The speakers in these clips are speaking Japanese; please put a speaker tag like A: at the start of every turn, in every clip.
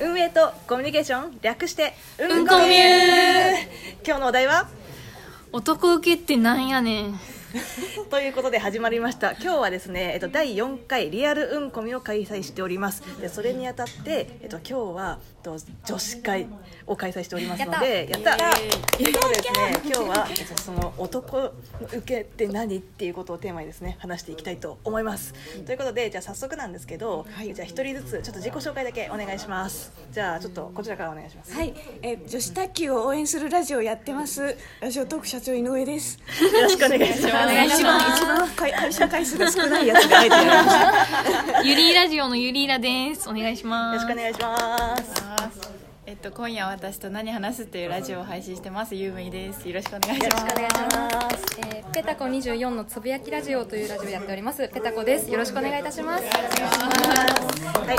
A: 運営とコミュニケーション略して
B: うんこみゅー
A: 今日のお題は
B: 男受けってなんやねん
A: ということで始まりました今日はですね、えっと、第4回リアルうんこみを開催しておりますでそれにあたって、えっと、今日は、えっと、女子会を開催しておりますのでやったということでですね今日は、えっと、その男の受けって何っていうことをテーマにですね話していきたいと思いますということでじゃあ早速なんですけど、じゃあ一人ずつちょっと自己紹介だけお願いしますじゃあちょっとこちらからお願いします
C: はい、えー女子卓球を応援するラジオをやってますラジオトーク社長井上です
A: よろしくお願いします
B: お願いします
C: 一番回配信回数が少ないやつがあえてやりました
B: ゆりーラジオのゆりーらですお願いし
A: よ
B: ま
A: ろし
B: す
A: くお願いします
D: えっと今夜私と何話すっていうラジオを配信してますゆうみですよろしくお願いし
A: よろし
D: ます
A: くお願いします
E: えーペタコ24のつぶやきラジオというラジオをやっておりますペタコですよろしくお願いいたします
A: は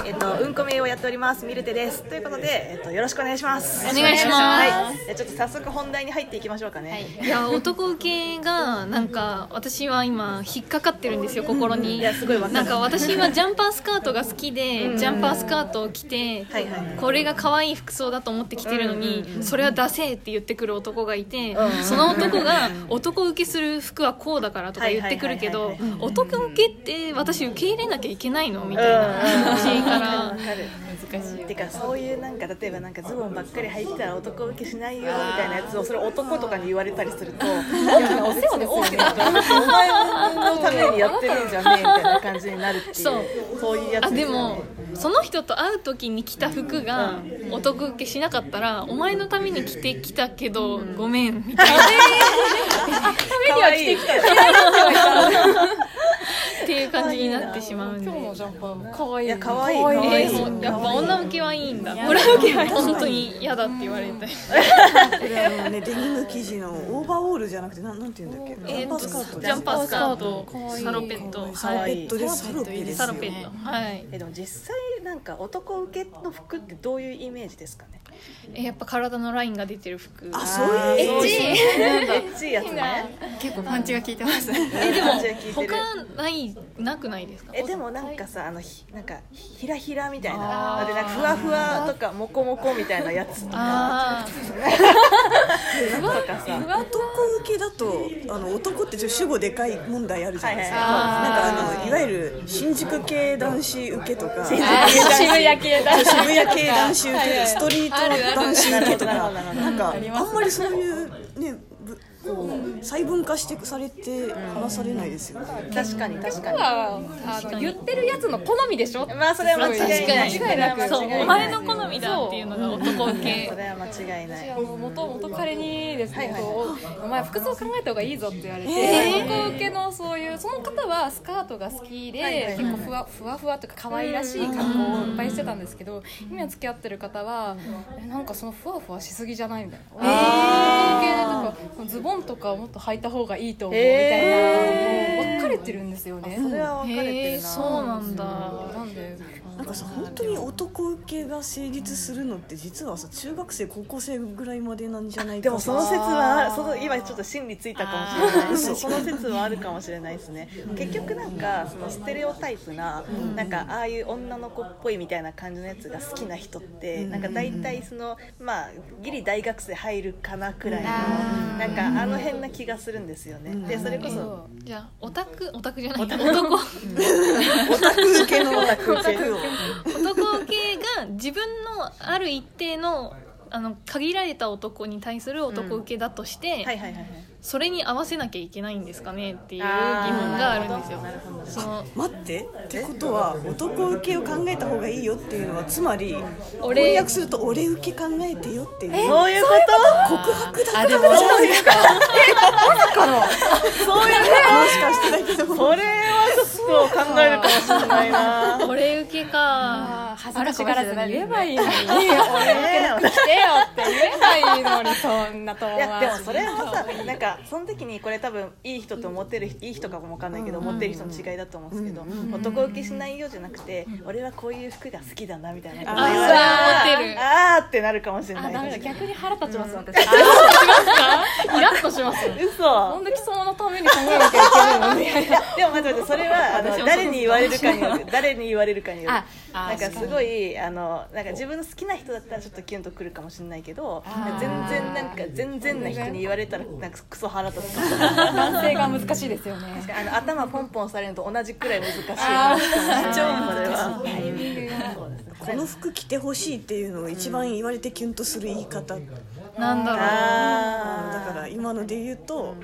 A: い、えっと、うんこめをやっております、ミルテです。ということで、えっと、よろしくお願いします。
B: お願いします
A: はい、じゃあちょっと早速本題に入っていきましょうかね。
B: いや男受けがなんか私は今引っかかってるんですよ心に
A: いやすごいわかる
B: なんか私はジャンパースカートが好きでジャンパースカートを着て
A: はいはいはい
B: これが可愛い服装だと思って着てるのにそれはダセーって言ってくる男がいてその男が男受けする服はこうだからとか言ってくるけ
A: はい
B: ど
A: はいはい
B: 男受けって私受け入れなきゃいけないのみたいな話から
A: わかる。
D: 難しい
A: てかそういうなんか例えばなんかズボンばっかり履いてたら男受けしないよみたいなやつをそれ男とかに言われたりするといやお世話で大きな人お前のためにやってるんじゃねえみたいな感じになるっていう
B: そう
A: そういうやつ
B: あ
A: す
B: で
A: よね
B: もその人と会う時に着た服が男受けしなかったらお前のために着てきたけどごめんみたい な
A: 可愛い
B: っていう感じになってしまうんで
A: いや可愛い
B: え
A: 可愛い
B: ーもうやっぱ女受けはいいんだ俺受けは本当に嫌だって言われた
C: これあのねデニム生地のオーバーオールじゃなくてなんなんていうんだっけジ
B: え
C: ャ
B: ーと
C: ンパースカート
B: ジャンパースカートサロペット
C: サロ
B: は
C: ペ
B: い
C: ットですサロペです
B: サ
C: よ
B: ロペットはい
A: えでも実際なんか男受けの服ってどういうイメージですかね
B: えーやっぱ体のラインが出てる服
C: あそういう
A: エッチエッチいやつね
D: 結構パンチが効いてます
B: えでも
A: じゃあ聞いてる
B: 他ないなくないですか
A: えでもなんかさあのひなんかひらひらみたいなあでなんかふわふわとかもこもこみたいなやつとか
B: あ
A: とかさ
C: 男受けだとあの男ってちょっと主語でかい問題あるじゃないですか、
A: はい
C: なんかあのいわゆる新宿系男子受けとか渋
B: あ渋谷系だ
C: 谷系男子受けストリート男子受けと
A: な
C: か
A: るほど
C: なんかあんまりそういうねぶこう細分化してされて話されないですよね、
A: 確かに確かに
E: あの言ってるやつの好みでしょ
A: まあそれは間違いない
B: 確
E: かに間違いなく
B: そう
A: 間違い
B: お
A: ない
B: 前の好みだっていうのが男受 け
A: それは間違いない
E: あの元元彼にですね、こうお前服装考えた方がいいぞって言われて、男受けのそういうその方はスカートが好きで、結構ふわふわふわとか可愛らしい格好をいっぱいしてたんですけど、今付き合ってる方は、えなんかそのふわふわしすぎじゃないみたいな、男受けとかズボンとかをもっと履いた方がいいと思うみたいな、もう分かれてるんですよね。
A: それは分かれて
B: へえ
A: るな
B: そうなんだ
E: なんで
C: なんかさ本当に男受けが成立するのって実はさ中学生高校生ぐらいまでなんじゃないか
A: でもその説はその今ちょっと心理ついたかもしれないその説はあるかもしれないですね結局なんかそのステレオタイプななんかああいう女の子っぽいみたいな感じのやつが好きな人ってなんか大体そのまあギリ大学生入るかなくらいのなんかあの辺な気がするんですよねでそれこそ
B: じゃあオタクオタクじゃない男
C: オタク受けのオタ
A: ク受け
B: 男受けが自分のある一定のあの限られた男に対する男受けだとして、
A: はいはいはいはい
B: それに合わせなきゃいけないんですかねっていう疑問があるんですよ
A: なるほど
B: その
C: 待ってってことは男受けを考えた方がいいよっていうのはつまり
B: 俺
C: 翻訳すると俺受け考えてよっていう告
A: そういうこと
C: 白だったのじゃないですか
A: そういう
C: もしかしてだけども
A: これはちょっと考えるかもしれないな
B: 俺受けか
E: あ恥ずかしがらずに言えばいいのに来て
A: ね
E: よって言えばいいのにそんな友
A: いやでも
E: 達
A: それもさなんかその時にこれ多分いい人とモテる人いい人かもわかんないけどモテる人の違いだと思うんですけど男受けしないようじゃなくて俺はこういう服が好きだなみたいなこと言われたら
B: あーそれはモテる
A: あーってなるかもしれ
E: あ、ダ
A: な
E: メだ。
A: い
E: 逆に腹立ちます、私。あ、
B: イラッとしますよ
E: こん
A: 嘘
E: だけそのために考えなきゃいけないのに。
A: いやでも待って待ってそれはあの誰に言われるかによる誰に言われるかによる
E: ああ
A: なんかそすごいあのなんか自分の好きな人だったらちょっとキュンとくるかもしれないけど
E: あー
A: 全然なんか全然な人に言われたらなんかクソ腹立つ
E: 男性が 難しいですよね。
A: あの頭ポンポンされるのと同じくらい難しいなって思っちゃうこれは。
E: タイミングが
C: この服着てほしいっていうのを一番言われてキュンとする言い方、
B: なんだろう
A: あ
C: だ
A: ー
C: から今ので言うと、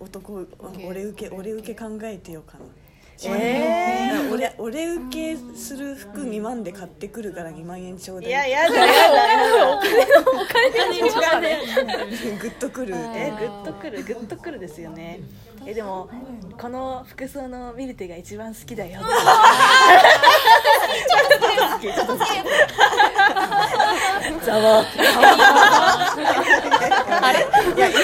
C: 男俺受け俺受け考えてよかな
A: え
C: 俺俺受けする服2万で買ってくるから2万円ちょう
A: ー、いや
C: だい
A: やだやだ
C: グッとくる
A: えグッとくるグッとくるですよねえでもこの服装のミルテが一番好きだよ ざわ あれいやいいいい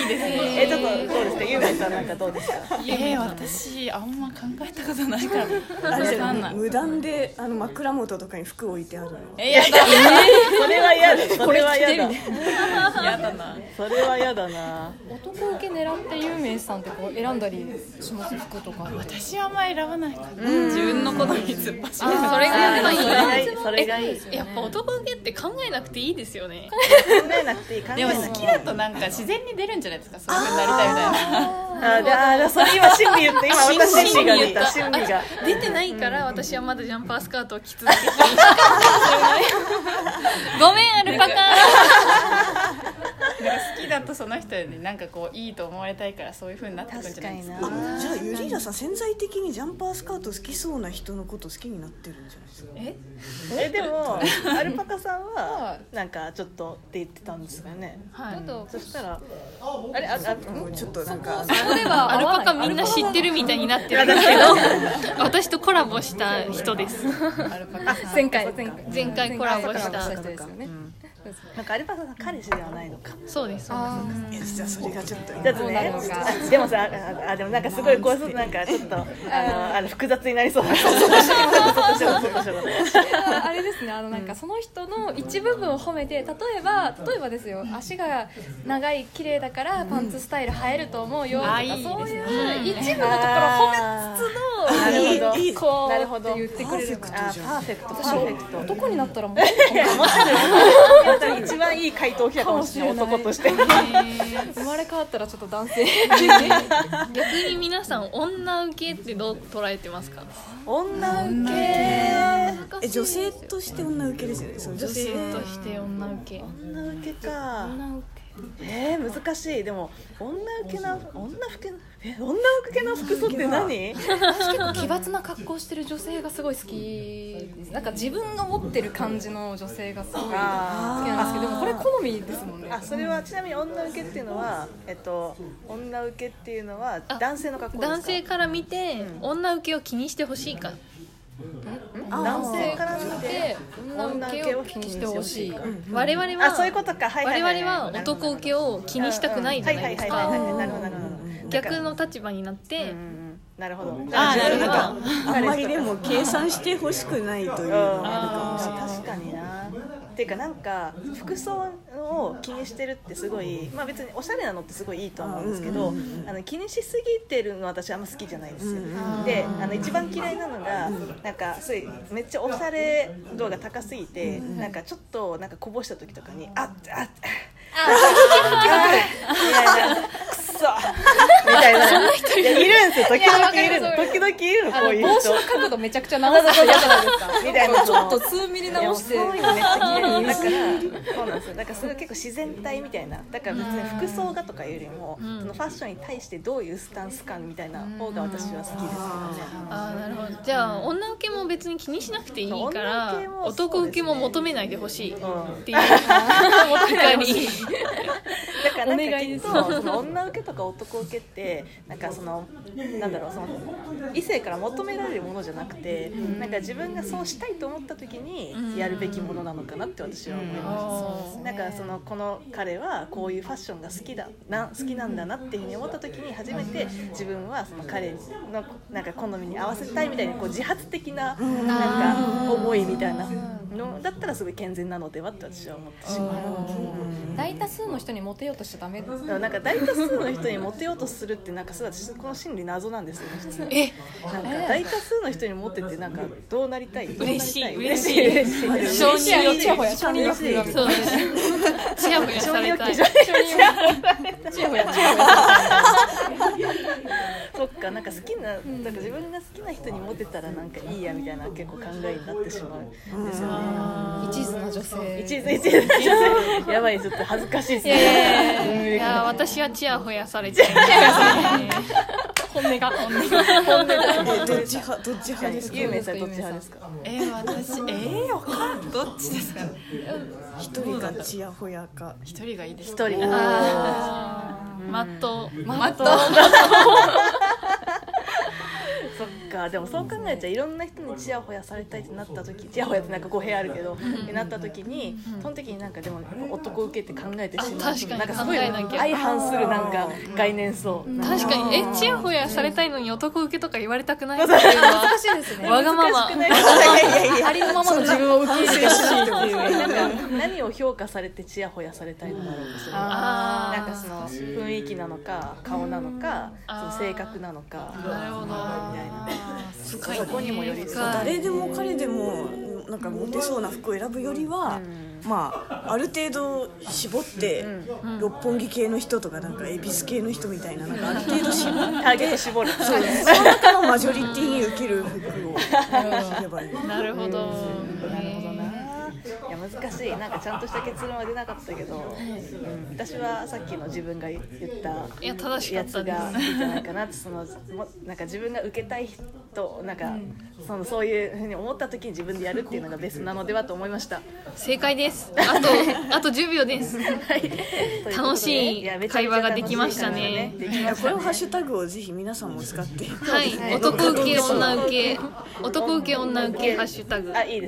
A: いい ですねえちょっとどうですかゆうめいさんなんかどうですか
D: えー、私あんま考えたことない から
C: あれ
D: 分かんない
C: 無断であの枕元とかに服置いてあるの
D: えやだ
A: それは嫌だそれは嫌だ
D: やだな
A: それは嫌だな
E: 男受け狙って有名さんってこう選んだりします服とか。
D: 私はあんま選ばないから自分の好み突っ走る
B: それがやっぱいい
A: それがいいそれがいい
B: やっぱ男受けって考えなくていいですよね
A: 考えなくていい考え
D: でも
A: なくていい
D: 好きだとなんか自然に出るんじゃないですかそういうふうになりたいみたい
A: あ
D: な
A: ーであーそれ今心理言って今私心理が出た心理が
B: 出てないから私はまだジャンパースカートを着続け ていいごめんアルパカ
D: なんか好きだとその人になんかこういいと思われたいからそういう風になってくんじ
A: 確
D: ゃ
A: か
D: ない
A: に
D: ですか
A: な
C: あじゃあユリーナさん潜在的にジャンパースカート好きそうな人のこと好きになってるんじゃないですか
A: えでもアルパカさんは
E: は
A: なんかちょっとって言ってたんですよね
B: はい
E: と
A: そしたらあれああん
C: もうちょっとなんか
E: これは
B: ア
E: 合
B: ル
E: わ
B: パ
E: な
B: カみ
E: い
B: んな知ってるみたいになってるんですけど 私とコラボした人です
D: アルパカさん
E: 前回前回
B: 前回コラボした
E: 人ですよね。
A: なんかアルパカさん彼氏ではないのか
B: そうですそうです
C: えじゃあそれがちょっと
A: だと
E: そう
A: ね
E: なのか
A: あでもさああでもなんかすごいこうするとなんかちょっとあのあの複雑になりそうだ
E: ああれですねあのなんかその人の一部分を褒めて例えば例えばですよ足が長い綺麗だからパンツスタイル映えると思うよと
D: あ
E: か
D: いいですね
E: そういう一部のとこ
A: あ
E: ろを
A: ー
E: 褒
A: なるほど
E: めつつの
A: なるほど
E: こうって言ってくれる
C: パーフェク
E: か
A: あーパーフェクトパ
C: ト
A: ーフェクト
E: ら男になったらもう
A: や多分一番いい回答来たかもしれない男として
E: 生まれ変わったらちょっと男性
B: 逆に皆さん女受けってどう捉えてますか
A: 女受け
C: え女性として女受けですよねその女
B: 女性
C: 性
B: として女受け
A: 女受けかえー、難しいでも女受けな女受けなえ女受けな服装って何
E: 私結構奇抜な格好してる女性がすごい好きですなんか自分が持ってる感じの女性がすごい好き
A: あ
E: なんですけどでもこれ好みですもんね
A: ーあそれはちなみに女受けっていうのはえっと女受けっていうのは男性の格好ですか
B: 男性から見て女受けを気にしてほしいか
A: 男性から見て
E: で女受けを気にしてほしい
B: 我々は
A: あそういうことかはいはい
B: 我々は男受けを気にしたくないじゃないです
A: うんうんはい
B: か
A: はいはいはいなるほどなるほど
B: 逆の立場になっ
A: う
B: て
A: んうんなるほど
B: あ
A: 自分
B: なる
C: あんまりでも計算してほしくないというのがあるかもしれない
A: 確かになっていうかなんか服装を気にしてるってすごい、まあ、別におしゃれなのってすごいいいとは思うんですけど、あの気にしすぎてるのは私あんま好きじゃないんですよ、であの一番嫌いなのがなんかすごいめっちゃおしゃれ度が高すぎて、なんかちょっとなんかこぼした時とかに「あっあっあみたいな「くそ!」みたいなそんな人いるんですよ時々いるの時々いるのこういう
E: 帽子
A: 人
E: の角度めちゃくちゃ直すやつなんですか
A: みたいな
E: ちょっと数ミリ直して
A: いやそういうのめっちゃ綺麗にだからそうなんですよだからそれ結構自然体みたいなだから別に服装がとかいうよりも、
B: ん
A: そのファッションに対してどういうスタンス感みたいな方が私は好きですよね、
B: あーなるほどじゃあ女受けも別に気にしなくていいか
A: 女受
B: ら
A: けもそうですね
B: 男受けも求めないでほしいっ
A: うん
B: ていう怒り
A: だからなん
E: お
A: か
E: 願い
A: きっ
E: です
A: とその女受けとか男受けってなんかそのなんだろうその異性から求められるものじゃなくてなんか自分がそうしたいと思った時にやるべきものなのかなって私は思いますなんかそのこの彼はこういうファッションが好きだな好きなんだなっていうふうに思った時に初めて自分はその彼のなんか好みに合わせたいみたいにこう自発的ななんか思いみたいな。うんのだったらすごい健全なのではって私は思ってしまう。
E: 大多数の人にモテようとしちゃダメです
A: だからなんか大多数の人にモテようとするってなんかすごい私この心理謎なんですよね普通
B: え
A: なんか大多数の人にモテてなんかどうなりたいどうなり
B: 嬉し
A: た
B: い
A: い
B: 嬉し
A: い
B: い承
E: 承認欲
B: 認
E: ちやほ
B: 欲
E: や承認欲求
B: そうですちやほやされたい
A: そっかなんか好きななんか自分が好きな人にモテたらなんかいいやみたいな結構考えになってしまうんですよね
E: 一途な女性
A: 一途一途やばいちょっと恥ずかしいです
B: いやい
A: ね
B: やいやいや私はちやほやされちゃいますね本音が本音が
A: 本音だ
C: えどっち派どっち派ですか
A: ゆうめいさんどっち派ですか
D: えー、私えー、わかんどっちですかね
C: 一人がちやほやか
D: 一人がいいです
A: 一人
B: マットマット
A: そっかでもそう考えちゃいろんな人にちやほやされたいってなった時ちやほやってなんか語弊あるけどってなった時にその時になんかでもやっぱ男受けって考えてしま
B: あ
A: う
B: 確かに
A: んかすごい
B: 考えなきゃ
A: 相反するなんか概念そうなん
B: 確かにえちやほやされたいのに男受けとか言われたくないっていうのは
E: 難しいですね
B: わがま
A: 難
B: ま
A: しくない いやいやいや
E: ありのままの自分を受け入れてほしいってい
A: な
E: う
A: んか何を評価されてちやほやされたいのだろうとする
B: あー
A: なんかその雰囲気なのか顔なのかその性格なのか
B: なるほど
A: みたいな
B: 深いね
A: そこにもよりそう
B: 深い
C: 誰でも彼でもなんかモテそうな服を選ぶよりは、まあある程度絞って、六本木系の人とかなんか恵比寿系の人みたいななんかある程度絞っ
A: ターゲット絞るそう
C: てその中のマジョリティに受ける服を着ればいい。
B: なるほど
A: なるほどないや難しいなんかちゃんとした結論は出なかったけど、うん私はさっきの自分が言った
B: いや正しか
A: や
B: っ
A: つ
B: たです
A: がいいんじゃないかなってそのもなんか自分が受けたい人なんか、そのそういうふうに思った時に自分でやるっていうのがベストなのではと思いました。
B: 正解ですあとあと10秒です楽しい会話ができましたね
A: ということでいやめちゃめちゃ楽しい会話ができま
C: いや
A: し
C: こ
A: た
C: れを
A: ね
C: ハッシュタグをぜひ皆さんも使って。
B: はい、男受け女受け男受け女受けハッシュタグ
A: あいいですね